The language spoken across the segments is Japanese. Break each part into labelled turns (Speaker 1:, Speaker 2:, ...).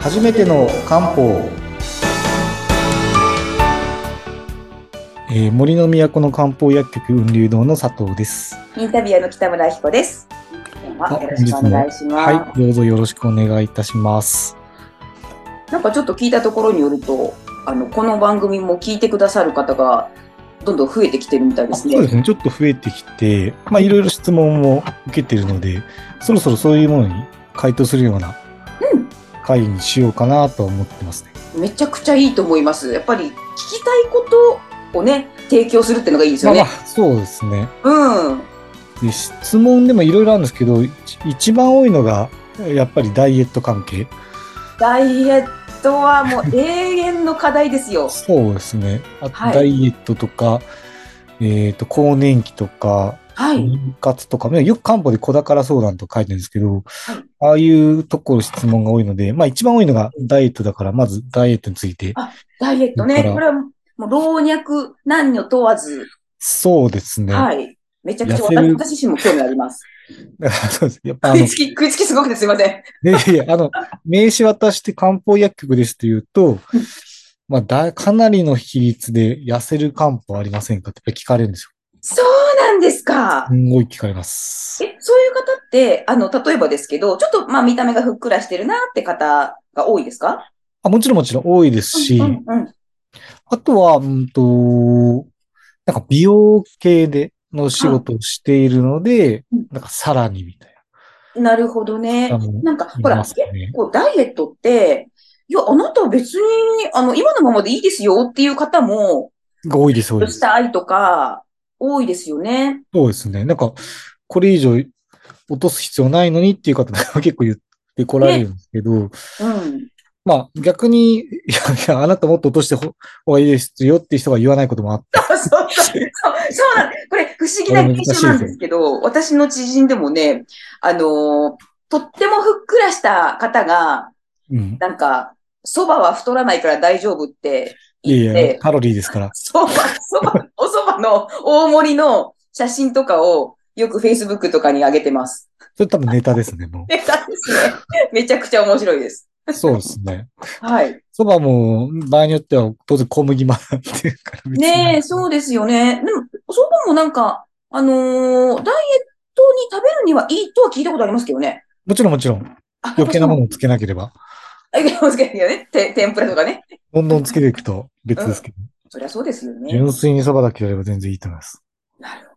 Speaker 1: 初めての漢方、えー森の都の漢方薬局雲流堂の佐藤です
Speaker 2: インタビュアーの北村彦です。今日はよろしくお願いします。
Speaker 1: はいどうぞよろしくお願いいたします
Speaker 2: なんかちょっと聞いたところによると、あのこの番組も聞いてくださる方がどんどん増えてきてるみたいですね。
Speaker 1: そうですねちょっと増えてきてまあいろいろ質問も受けてるのでそろそろそういうものに回答するような
Speaker 2: うん
Speaker 1: 会にしようかなとは思ってますね
Speaker 2: めちゃくちゃいいと思います。やっぱり聞きたいことをね提供するってのがいいですよ
Speaker 1: まあ
Speaker 2: ね。
Speaker 1: まあそうですね
Speaker 2: うん。
Speaker 1: で質問でもいろいろあるんですけどい一番多いのがやっぱりダイエット関係
Speaker 2: ダイエットはもう永遠の課題ですよ。
Speaker 1: そうですねあと
Speaker 2: はい
Speaker 1: ダイエットとか、えっ、と更年期とか
Speaker 2: はい。
Speaker 1: 妊活とか、ねよく漢方で子宝相談とか書いてるんですけど、
Speaker 2: い
Speaker 1: ああいうところ質問が多いので、まあ一番多いのがダイエットだから、まずダイエットについて。
Speaker 2: あダイエット
Speaker 1: だ
Speaker 2: ね。
Speaker 1: から
Speaker 2: これはもう老若男女問わず、
Speaker 1: そうですね。
Speaker 2: はい。めちゃくちゃ
Speaker 1: 痩せ
Speaker 2: 私
Speaker 1: る
Speaker 2: 私自身も興味あります。
Speaker 1: だから そうです。やっぱあ
Speaker 2: 食
Speaker 1: の
Speaker 2: い、つき、食いつきすごくてすいません。
Speaker 1: いやいや、あの、名刺渡して漢方薬局ですというと、まあだ、かなりの比率で痩せる漢方ありませんかってやっぱり聞かれるんですよ。
Speaker 2: そうなんですか。
Speaker 1: すんごい聞かれます。
Speaker 2: え、そういう方って、あの、例えばですけど、ちょっと、まあ、見た目がふっくらしてるなって方が多いですか
Speaker 1: あもちろんもちろん多いですし、
Speaker 2: うんうん。
Speaker 1: あとは、うんと、なんか美容系での仕事をしているので
Speaker 2: うん、
Speaker 1: なんかさらにみたい
Speaker 2: なるほどね
Speaker 1: な。方も
Speaker 2: なんか、
Speaker 1: い
Speaker 2: ほら、
Speaker 1: ま
Speaker 2: 結
Speaker 1: すね。
Speaker 2: 構ダイエットって、いや、あなたは別に、あの、今のままでいいですよっていう方も、
Speaker 1: が多いです、多いです。
Speaker 2: したいとか、多いですよね。
Speaker 1: そうですね。なんか、これ以上落とす必要ないのにっていう方が結構言ってこられるんですけど、
Speaker 2: うん。
Speaker 1: まあ逆に、いやいや、あなたもっと落としてほ方がいいですよっていう人が言わないこともあって、
Speaker 2: そうそうそう、そうなんこれ不思議な現象なんですけど、私の知人でもね、あのーとってもふっくらした方が、
Speaker 1: うん。
Speaker 2: なんか、蕎麦は太らないから大丈夫って
Speaker 1: い
Speaker 2: 言っ
Speaker 1: やいや、
Speaker 2: て、
Speaker 1: カロリーですから。
Speaker 2: 蕎麦、蕎麦、お蕎麦の大盛りの写真とかをよく Facebook とかに上げてます。
Speaker 1: それ多分ネタですね、も
Speaker 2: え、だですね。めちゃくちゃ面白いです。
Speaker 1: う。そうですね。
Speaker 2: はい。
Speaker 1: そばも、場合によっては、当然小麦もあっていうから、別に
Speaker 2: ねえ、そうですよね。でも、蕎麦もなんか、あのーダイエットに食べるにはいいとは聞いたことありますけどね。
Speaker 1: もちろんもちろん、
Speaker 2: あ
Speaker 1: 余計なものをつけなければ、
Speaker 2: あ、気をつけないよね。て、天ぷらとかね。
Speaker 1: どんどんつけていくと別ですけど、
Speaker 2: そりゃそうですよね。
Speaker 1: 純粋にそばだけやれば全然いいと思います。
Speaker 2: なるほど。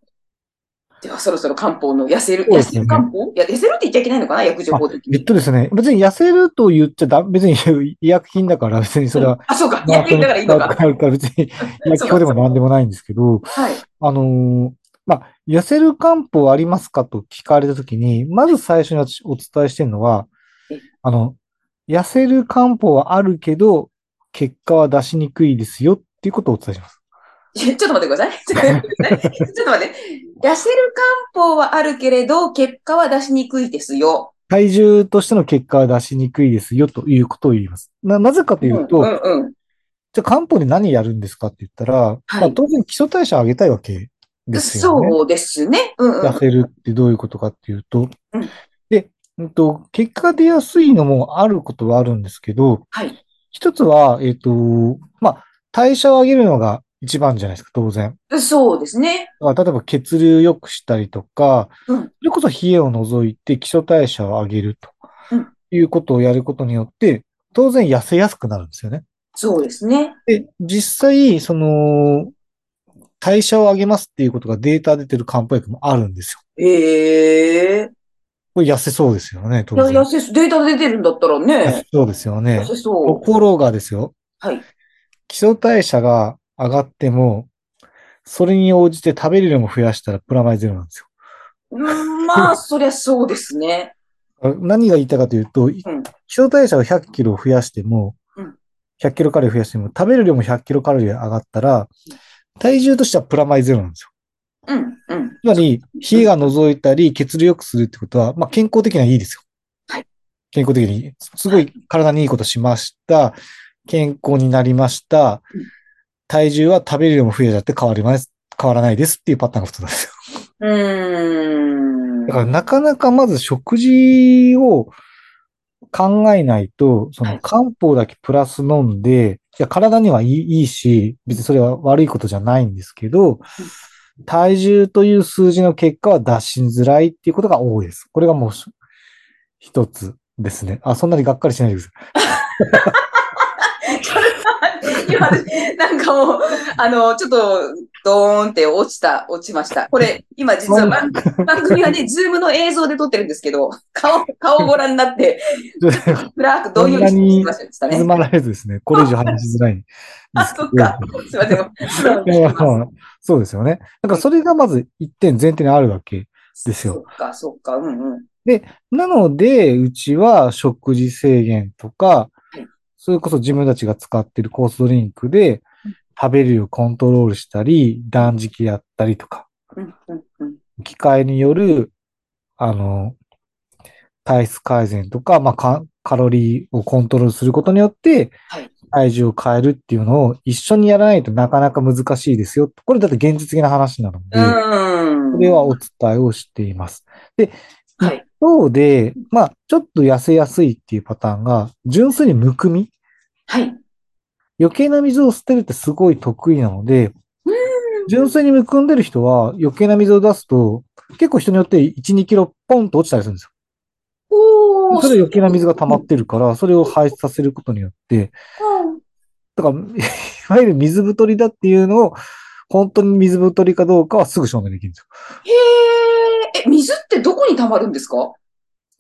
Speaker 2: では、そろそろ漢方の痩せる、
Speaker 1: そう
Speaker 2: 痩
Speaker 1: です
Speaker 2: せ
Speaker 1: ね
Speaker 2: る漢方いや、痩せるって言っちゃいけないのかな薬情報的
Speaker 1: えっ
Speaker 2: に。
Speaker 1: とですね、別に痩せると言っちゃだ、別に医薬品だから、別にそれは、
Speaker 2: あ、そうか。
Speaker 1: まあ
Speaker 2: やっていたからいいのか。
Speaker 1: 使うから別に薬局でも何でもないんですけど、
Speaker 2: はい。
Speaker 1: あのーまあ、痩せる漢方ありますかと聞かれたときに、まず最初に私お伝えしてるのは
Speaker 2: え、
Speaker 1: あの、痩せる漢方はあるけど、結果は出しにくいですよっていうことをお伝えします。
Speaker 2: いやちょっと待ってください。 ちょっと待ってくださいちょっと待って。痩せる漢方はあるけれど、結果は出しにくいですよ。
Speaker 1: 体重としての結果は出しにくいですよということを言います。な、なぜかというと、
Speaker 2: うんうんうん。
Speaker 1: じゃあ漢方で何やるんですかって言ったら、まあ、当然基礎代謝上げたいわけですよね。
Speaker 2: そうですね。うんうん。
Speaker 1: 痩せるってどういうことかっていうと、
Speaker 2: うん
Speaker 1: で、うんと、結果出やすいのもあることはあるんですけど、
Speaker 2: はい。
Speaker 1: 一つは、えっ、と、まあ、代謝を上げるのが一番じゃないですか、当然。
Speaker 2: そうですね。
Speaker 1: だから例えば血流良くしたりとか、
Speaker 2: うん
Speaker 1: それこそ冷えを除いて基礎代謝を上げると、
Speaker 2: うん
Speaker 1: いうことをやることによって、当然痩せやすくなるんですよね。
Speaker 2: そうですね。
Speaker 1: で、実際、その、代謝を上げますっていうことがデータ出てる漢方薬もあるんですよ。
Speaker 2: ええ
Speaker 1: これ痩せそうですよね、当
Speaker 2: いや
Speaker 1: 然。
Speaker 2: 痩せ、データ出てるんだったら
Speaker 1: 痩
Speaker 2: ね
Speaker 1: せ。そうですよ
Speaker 2: 痩
Speaker 1: ね。
Speaker 2: せ
Speaker 1: と
Speaker 2: そう。
Speaker 1: ころがですよ、
Speaker 2: はい。
Speaker 1: 基礎代謝が上がっても、それに応じて食べる量も増やしたらプラマイゼロなんですよ。
Speaker 2: うんまあ、そりゃそうですね。
Speaker 1: 何が言いたいかというと、基礎代謝を100キロ増やしても
Speaker 2: うん、
Speaker 1: 100キロカロリー増やしても、食べる量も100キロカロリー上がったら、体重としてはプラマイゼロなんですよ。
Speaker 2: うん、うん。
Speaker 1: つまり、冷えが除いたり、血流良くするってことは、まあ、健康的にはいいですよ。
Speaker 2: はい
Speaker 1: 健康的に、すごい体にいいことしました。健康になりました
Speaker 2: うん。
Speaker 1: 体重は食べる量も増えちゃって変わります。変わらないですっていうパターンが普通なんですよ。
Speaker 2: うーん。
Speaker 1: だからなかなかまず食事を考えないと、その漢方だけプラス飲んで、いや、体にはいいいいし、別にそれは悪いことじゃないんですけど、体重という数字の結果は出しづらいっていうことが多いです。これがもうし一つですね。あ、そんなにがっかりしないでください。
Speaker 2: 今、なんかもう、あの、ちょっと、ドーンって落ちた、落ちました。これ、今実は番番組はね、ズームの映像で撮ってるんですけど、顔、顔をご覧になって、暗くど
Speaker 1: そ
Speaker 2: うんいう
Speaker 1: な
Speaker 2: して
Speaker 1: に
Speaker 2: ました
Speaker 1: 縮
Speaker 2: ね。
Speaker 1: まられずですね。これ以上話しづらいんで
Speaker 2: あ、
Speaker 1: すけ
Speaker 2: そ
Speaker 1: ど
Speaker 2: っか。すいません。素直
Speaker 1: い
Speaker 2: に
Speaker 1: やまあ
Speaker 2: 聞きます
Speaker 1: まあ そうですよね。だからそれがまず一点前提にあるわけです
Speaker 2: そ
Speaker 1: よ。
Speaker 2: っか、そっか、うんうん。
Speaker 1: なので、うちは食事制限とか
Speaker 2: い、
Speaker 1: それこそ自分たちが使ってるコースドリンクで食べる量をコントロールしたり、断食やったりとか、
Speaker 2: うんうんうん。
Speaker 1: 機械による、あの、体質改善とか、まあ、カカロリーをコントロールすることによって
Speaker 2: はい、
Speaker 1: 体重を変えるっていうのを一緒にやらないとなかなか難しいですよ。これだって現実的な話なので、
Speaker 2: うん。
Speaker 1: それはお伝えをしています。で、
Speaker 2: はい。
Speaker 1: そうで、まあ、ちょっと痩せやすいっていうパターンが、純粋にむくみ
Speaker 2: はい。
Speaker 1: 余計な水を捨てるってすごい得意なので、純粋にむくんでる人は余計な水を出すと、結構人によって1、2キロポンと落ちたりするんですよ。
Speaker 2: おー
Speaker 1: それ余計な水が溜まってるから、それを排出させることによって、
Speaker 2: うん
Speaker 1: だから、いわゆる水太りだっていうのを、本当に水太りかどうかはすぐ証明できるんですよ。
Speaker 2: へえ、え、水ってどこに溜まるんですか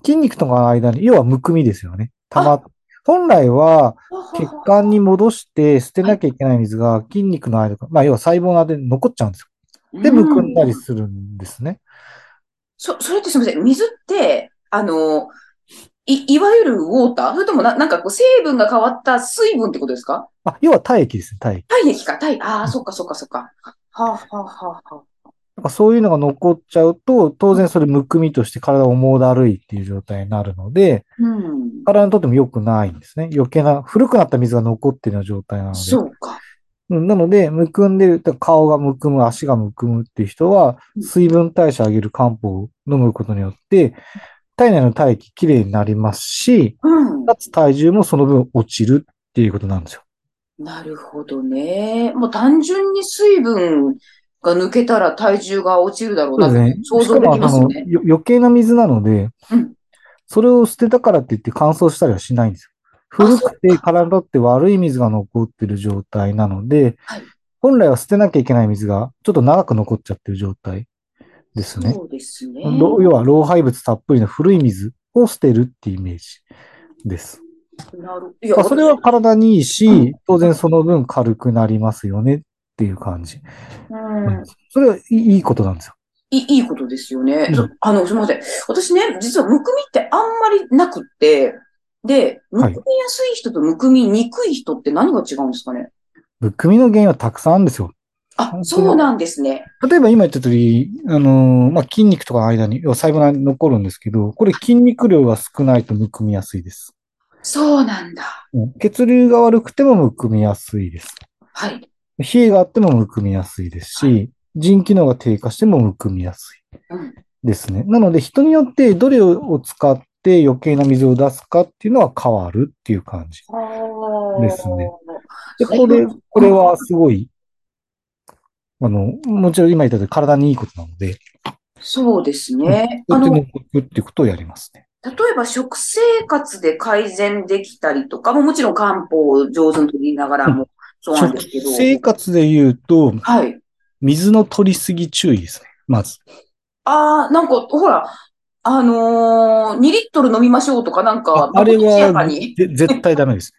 Speaker 1: 筋肉とかの間に、要はむくみですよね。溜まっ本来は、血管に戻して捨てなきゃいけない水が筋肉の間とか、まあ要は細胞の間に残っちゃうんですよ。で、むくんだり
Speaker 2: う
Speaker 1: するんですね。
Speaker 2: そ、それってすみません。水って、あの、い、いわゆるウォーターそれともな、なんかこう、成分が変わった水分ってことですか
Speaker 1: あ、要は体液ですね、体液。
Speaker 2: 体液か、体、ああ、そっかそっかそっか。はあ、はあ、はあ、は
Speaker 1: なんかそういうのが残っちゃうと、当然それむくみとして体を重だるいっていう状態になるので、
Speaker 2: あ。うん。
Speaker 1: 体にとっても良くないんですね。余計な、古くなった水が残ってるような状態なので。
Speaker 2: そうか。
Speaker 1: うんなので、むくんでる、だから顔がむくむ、足がむくむっていう人は、水分代謝上げる漢方を飲むことによって、体内の体液きれいになりますし、
Speaker 2: うん。
Speaker 1: かつ体重もその分落ちるっていうことなんですよ。
Speaker 2: なるほどね。もう単純に水分が抜けたら体重が落ちるだろうなって想
Speaker 1: しか
Speaker 2: 像で
Speaker 1: もあ
Speaker 2: きます
Speaker 1: の、
Speaker 2: ね。
Speaker 1: よ余計な水なので、
Speaker 2: うん
Speaker 1: それを捨てたからって言って乾燥したりはしないんですよ。古くて体にとって悪い水が残ってる状態なので、
Speaker 2: はい
Speaker 1: 本来は捨てなきゃいけない水がちょっと長く残っちゃってる状態ですね。
Speaker 2: そうですね。
Speaker 1: ろ要は老廃物たっぷりの古い水を捨てるっていうイメージです。
Speaker 2: なる、いや
Speaker 1: まあそれは体にいいし、
Speaker 2: うん
Speaker 1: 当然その分軽くなりますよねっていう感じ。
Speaker 2: うん。
Speaker 1: それはいいいいことなんですよ。
Speaker 2: いい、いいことですよね
Speaker 1: う。ん
Speaker 2: そあの、すみません。私ね、実はむくみってあんまりなくって、で、むく
Speaker 1: はい
Speaker 2: みやすい人とむくみにくい人って何が違うんですかね
Speaker 1: むくみの原因はたくさんあるんですよ。
Speaker 2: あ
Speaker 1: 本当、だ
Speaker 2: そうなんですね。
Speaker 1: 例えば今言った通り、あのーまあ、筋肉とかの間に、要は細胞に残るんですけど、これ筋肉量が少ないとむくみやすいです。
Speaker 2: そうなんだ。
Speaker 1: うん血流が悪くてもむくみやすいです。
Speaker 2: はい。
Speaker 1: 冷えがあってもむくみやすいです
Speaker 2: は
Speaker 1: し、腎機能が低下してもむくみやすい
Speaker 2: うん
Speaker 1: ですね。なので人によってどれを使って余計な水を出すかっていうのは変わるっていう感じ。ですねで、
Speaker 2: そ
Speaker 1: こ
Speaker 2: う
Speaker 1: れ、これはすごい、あの、もちろん今言った通り体にいいことなので、
Speaker 2: そうですね。
Speaker 1: そ
Speaker 2: あ
Speaker 1: っち
Speaker 2: の、
Speaker 1: に行くっていうことをやりますね。
Speaker 2: 例えば食生活で改善できたりとかも、もちろん漢方を上手に取りながらも、そうなんですけど。
Speaker 1: 生活で言うと、
Speaker 2: はい。
Speaker 1: 水の取りすぎ注意ですね。まず。
Speaker 2: ああ、なんか、ほら、あのー、2リットル飲みましょうとか、なんか、
Speaker 1: あれ
Speaker 2: まことしやか
Speaker 1: は、
Speaker 2: に。
Speaker 1: ぜ絶対ダメ です。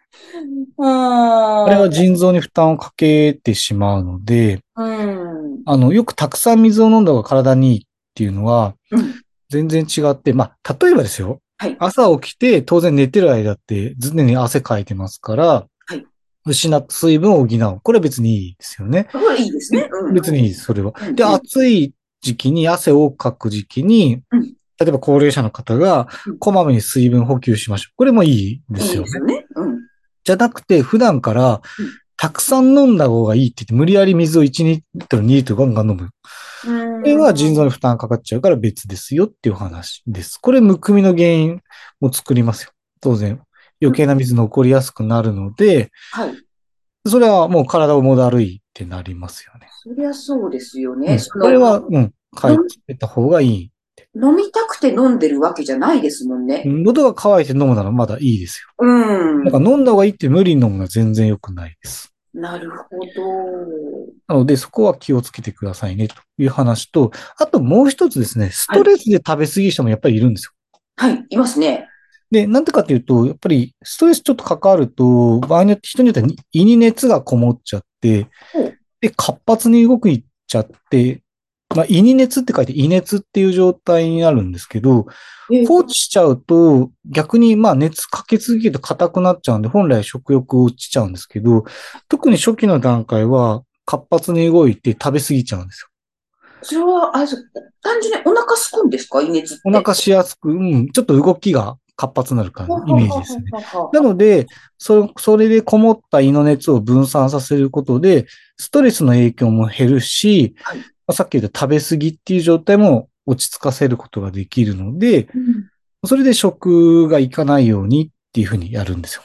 Speaker 2: うーん。
Speaker 1: あれは腎臓に負担をかけてしまうので、
Speaker 2: うん。
Speaker 1: あの、よくたくさん水を飲んだ方が体にいいっていうのは、
Speaker 2: うん
Speaker 1: 全然違って、まあ、例えばですよ。
Speaker 2: はい
Speaker 1: 朝起きて、当然寝てる間って、常に汗かいてますから、
Speaker 2: い
Speaker 1: 失った水分を補う。これは別にいいですよね。
Speaker 2: これいいですね。うん。
Speaker 1: 別にいいです、それは。
Speaker 2: うん。
Speaker 1: で、
Speaker 2: うん
Speaker 1: 暑い時期に汗をかく時期に
Speaker 2: うん、
Speaker 1: 例えば高齢者の方が
Speaker 2: うん、
Speaker 1: こまめに水分補給しましょう。これもいいで
Speaker 2: い
Speaker 1: す
Speaker 2: い
Speaker 1: よ
Speaker 2: で
Speaker 1: ね
Speaker 2: す。よね。うん。
Speaker 1: じゃなくて、普段から
Speaker 2: うん、
Speaker 1: たくさん飲んだ方がいいって言って、無理やり水を1リットル、2リットルガンガン飲む。
Speaker 2: こ
Speaker 1: これは腎臓に負担かかっちゃうから別ですよっていう話です。これ、むくみの原因を作りますよ。当然余計な水残りやすくなるので、
Speaker 2: はい。
Speaker 1: それはもう体をもだるいってなりますよね。
Speaker 2: そりゃそうですよ
Speaker 1: う
Speaker 2: ね。
Speaker 1: ん
Speaker 2: そ
Speaker 1: これは、
Speaker 2: の
Speaker 1: うん、解決してた方がいい。
Speaker 2: 飲みたくて飲んでるわけじゃないですもんね。
Speaker 1: 喉が渇いて飲むならまだいいですよ。
Speaker 2: うん
Speaker 1: だ。から飲んだ方がいいって無理に飲むのは全然良くないです。
Speaker 2: なるほど。
Speaker 1: なので、そこは気をつけてくださいね、という話と、あともう一つですね、ストレスで食べ過ぎる人もやっぱりいるんですよ。
Speaker 2: はい、いますね。
Speaker 1: で、なんでかっていうと、やっぱりストレスちょっと関わると、場合によって人によっては胃に熱がこもっちゃって
Speaker 2: ほう、
Speaker 1: で、活発に動くいっちゃって、まあ、胃に熱って書いて胃熱っていう状態になるんですけど、
Speaker 2: えー
Speaker 1: 放置しちゃうと、逆にまあ熱かけすぎると硬くなっちゃうんで、本来食欲落ちちゃうんですけど、特に初期の段階は活発に動いて食べ過ぎちゃうんですよ。
Speaker 2: それは、あれです単純にお腹すくんですか胃熱って。
Speaker 1: お腹しやすく、うん、ちょっと動きが活発になる感じ、イメージですね。
Speaker 2: はははは
Speaker 1: なので、そ、それでこもった胃の熱を分散させることで、ストレスの影響も減るし、
Speaker 2: はい
Speaker 1: まあさっき言った食べ過ぎっていう状態も落ち着かせることができるので、
Speaker 2: うん
Speaker 1: それで食がいかないようにっていうふうにやるんですよ。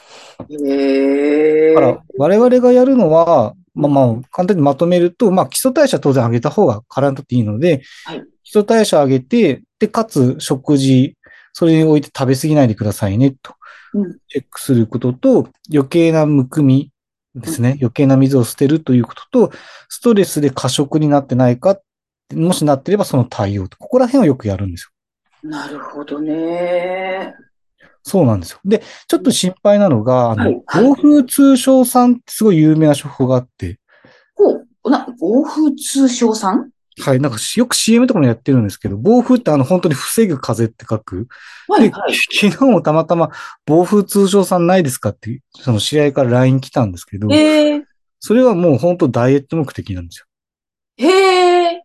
Speaker 2: へえ
Speaker 1: だから、我々がやるのは、まあまあ、簡単にまとめると、まあ、基礎代謝当然上げた方が体にとっていいので
Speaker 2: はい、
Speaker 1: 基礎代謝上げて、で、かつ食事、それにおいて食べ過ぎないでくださいね、と
Speaker 2: うん。
Speaker 1: チェックすることと、余計なむくみですね。余計な水を捨てるということと、ストレスで過食になってないか、もしなってればその対応と。ここら辺をよくやるんですよ。
Speaker 2: なるほどね。
Speaker 1: そうなんですよ。で、ちょっと心配なのが、あ
Speaker 2: は
Speaker 1: の
Speaker 2: い、はい
Speaker 1: 防風通商さんってすごい有名な処方があって、
Speaker 2: こう、な、欧風通商さん
Speaker 1: はい、なんかよく CM とかもやってるんですけど、暴風ってあの本当に防ぐ風って書く。
Speaker 2: は
Speaker 1: で、
Speaker 2: い、はい。
Speaker 1: 昨日もたまたま暴風通商さんないですかって、その知り合いから LINE 来たんですけど、
Speaker 2: へえ
Speaker 1: それはもう本当ダイエット目的なんですよ。
Speaker 2: へえ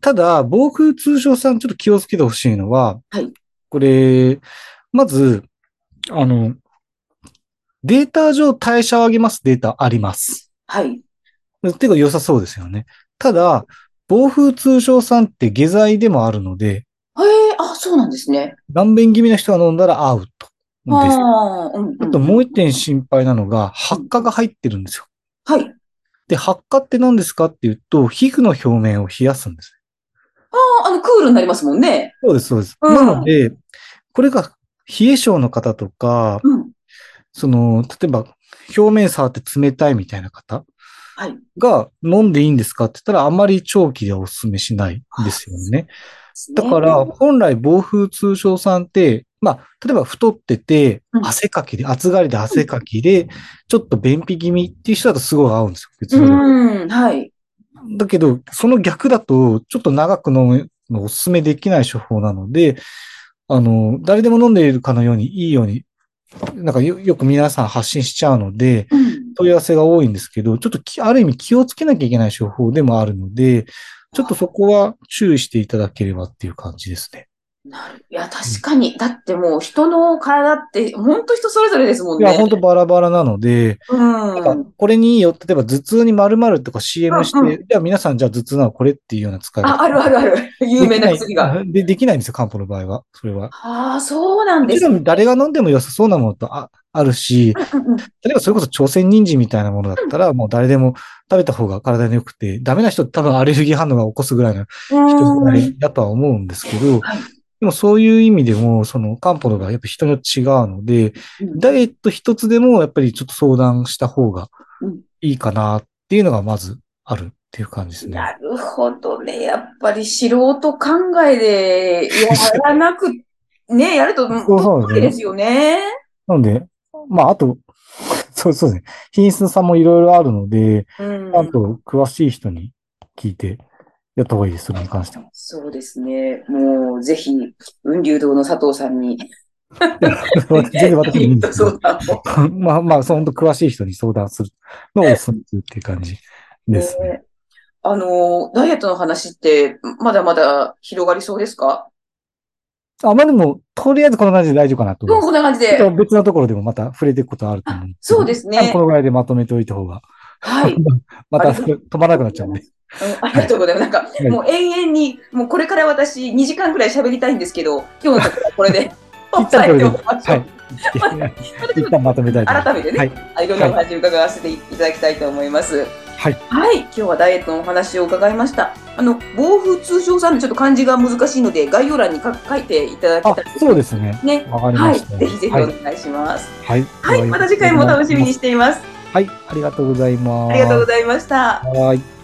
Speaker 1: ただ、防風通商さんちょっと気をつけてほしいのは、
Speaker 2: はい
Speaker 1: これ、まず、あの、データ上代謝を上げますデータあります。
Speaker 2: はい。
Speaker 1: てか良さそうですよね。ただ、防風通商さんって下剤でもあるので、
Speaker 2: へえあ、そうなんですね。
Speaker 1: 断便気味な人が飲んだらアウト
Speaker 2: あ
Speaker 1: です。
Speaker 2: あ、うん、うん。
Speaker 1: あともう一点心配なのが、発火が入ってるんですよ。
Speaker 2: はい。
Speaker 1: で、発火って何ですかっていうと、皮膚の表面を冷やすんです。
Speaker 2: ああ、の、クールになりますもんね。
Speaker 1: そうです、そうです。
Speaker 2: うん
Speaker 1: なので、これが冷え性の方とか、
Speaker 2: うん。
Speaker 1: その、例えば、表面触って冷たいみたいな方
Speaker 2: はい。
Speaker 1: が飲んでいいんですかって言ったら、あまり長期ではお勧めしないんですよね。だから、
Speaker 2: ね
Speaker 1: 本来、防風通商さんって、まあ、例えば太ってて
Speaker 2: う、ん
Speaker 1: 汗かきで、暑がりで汗かきで、ちょっと便秘気味っていう人だとすごい合うんですよ。別に。
Speaker 2: うん、はい。
Speaker 1: だけど、その逆だと、ちょっと長く飲むのをお勧めできない処方なので、あの、誰でも飲んでいるかのように、いいように、なんかよよく皆さん発信しちゃうので、
Speaker 2: うん。
Speaker 1: 問い合わせが多いんですけど、ちょっときある意味気をつけなきゃいけない処方でもあるので、ちょっとそこは注意していただければっていう感じですね。
Speaker 2: なるいや、確かに。だってもう人の体って、本当人それぞれですもん
Speaker 1: いや、
Speaker 2: ね。
Speaker 1: ほんとバラバラなので、な
Speaker 2: うん
Speaker 1: か
Speaker 2: ん。
Speaker 1: これにいいよ、例えば頭痛に〇〇とか CM して、
Speaker 2: うんう
Speaker 1: じゃあ皆さんじゃあ頭痛なのこれっていうような使い方。
Speaker 2: あ、あるあるある。有名な薬
Speaker 1: でき
Speaker 2: が。
Speaker 1: ないでできないんですよ、漢方の場合は。それは。
Speaker 2: ああ、そうなん
Speaker 1: も
Speaker 2: で
Speaker 1: ち
Speaker 2: す
Speaker 1: ろ。ん誰が飲んでも良さそうなものとああるし、
Speaker 2: うんうん
Speaker 1: 例えばそれこそ朝鮮人参みたいなものだったら、もう誰でも食べた方が体に良くて、ダメな人って多分アレルギー反応が起こすぐらいの人ぐらいだとは思うんですけど
Speaker 2: はい、
Speaker 1: でもそういう意味でも、その漢方の場合やっぱ人によって違うので、
Speaker 2: うん
Speaker 1: ダイエット一つでもやっぱりちょっと相談した方が
Speaker 2: うん
Speaker 1: いいかなっていうのがまずあるっていう感じですね。
Speaker 2: なるほどね。やっぱり素人考えでやらなく、 ね、やると、
Speaker 1: そうそう
Speaker 2: いですよね。
Speaker 1: なので、まあ、あと、 そうそうですね。品質差もいろいろあるので、
Speaker 2: うん
Speaker 1: ちゃんと詳しい人に聞いてやった方がいいです、それに関しても。
Speaker 2: そうですね。もう、ぜひ、雲竜堂の佐藤さんに、
Speaker 1: 全然私もいいんですけ
Speaker 2: 相
Speaker 1: ど、
Speaker 2: 談を。
Speaker 1: まあまあ、その詳しい人に相談するのをお勧めするっていう感じですね。
Speaker 2: ねあの、ダイエットの話って、まだまだ広がりそうですか
Speaker 1: あ、まあでも、とりあえずこんな感じで大丈夫かなと思
Speaker 2: も
Speaker 1: いうます。
Speaker 2: こんな感じ
Speaker 1: ちょっ
Speaker 2: で
Speaker 1: と。別のところでもまた触れていくことあると思うんけど
Speaker 2: そうですね
Speaker 1: このぐらいでまとめておいた方が、
Speaker 2: はい。
Speaker 1: また
Speaker 2: ありがと
Speaker 1: 止まらなくなっちゃ うんで。
Speaker 2: うんありがとうございます。なんか、
Speaker 1: い
Speaker 2: もう永遠に、もうこれから私2時間くらい喋りたいんですけど、今日のところはこれで。
Speaker 1: 一旦これで、
Speaker 2: 押さえておきましょ
Speaker 1: は
Speaker 2: う
Speaker 1: い。一旦まとめたいと思います。
Speaker 2: 改めてね
Speaker 1: はい。
Speaker 2: はい、いろいろお話を伺わせていただきたいと思います。
Speaker 1: はい
Speaker 2: はい、今日はダイエットのお話を伺いました。あの、暴風通常さんのちょっと漢字が難しいので、概要欄に書書いていただき
Speaker 1: あ
Speaker 2: たいで、す
Speaker 1: そうですね。
Speaker 2: ね。
Speaker 1: わかり
Speaker 2: は
Speaker 1: ま
Speaker 2: い、
Speaker 1: した。
Speaker 2: ぜひぜひ
Speaker 1: はい
Speaker 2: お。願いします。
Speaker 1: はい。
Speaker 2: はい、また次回も楽しみにしています。
Speaker 1: はい。ありがとうございます。
Speaker 2: ありがとうございました。
Speaker 1: はい。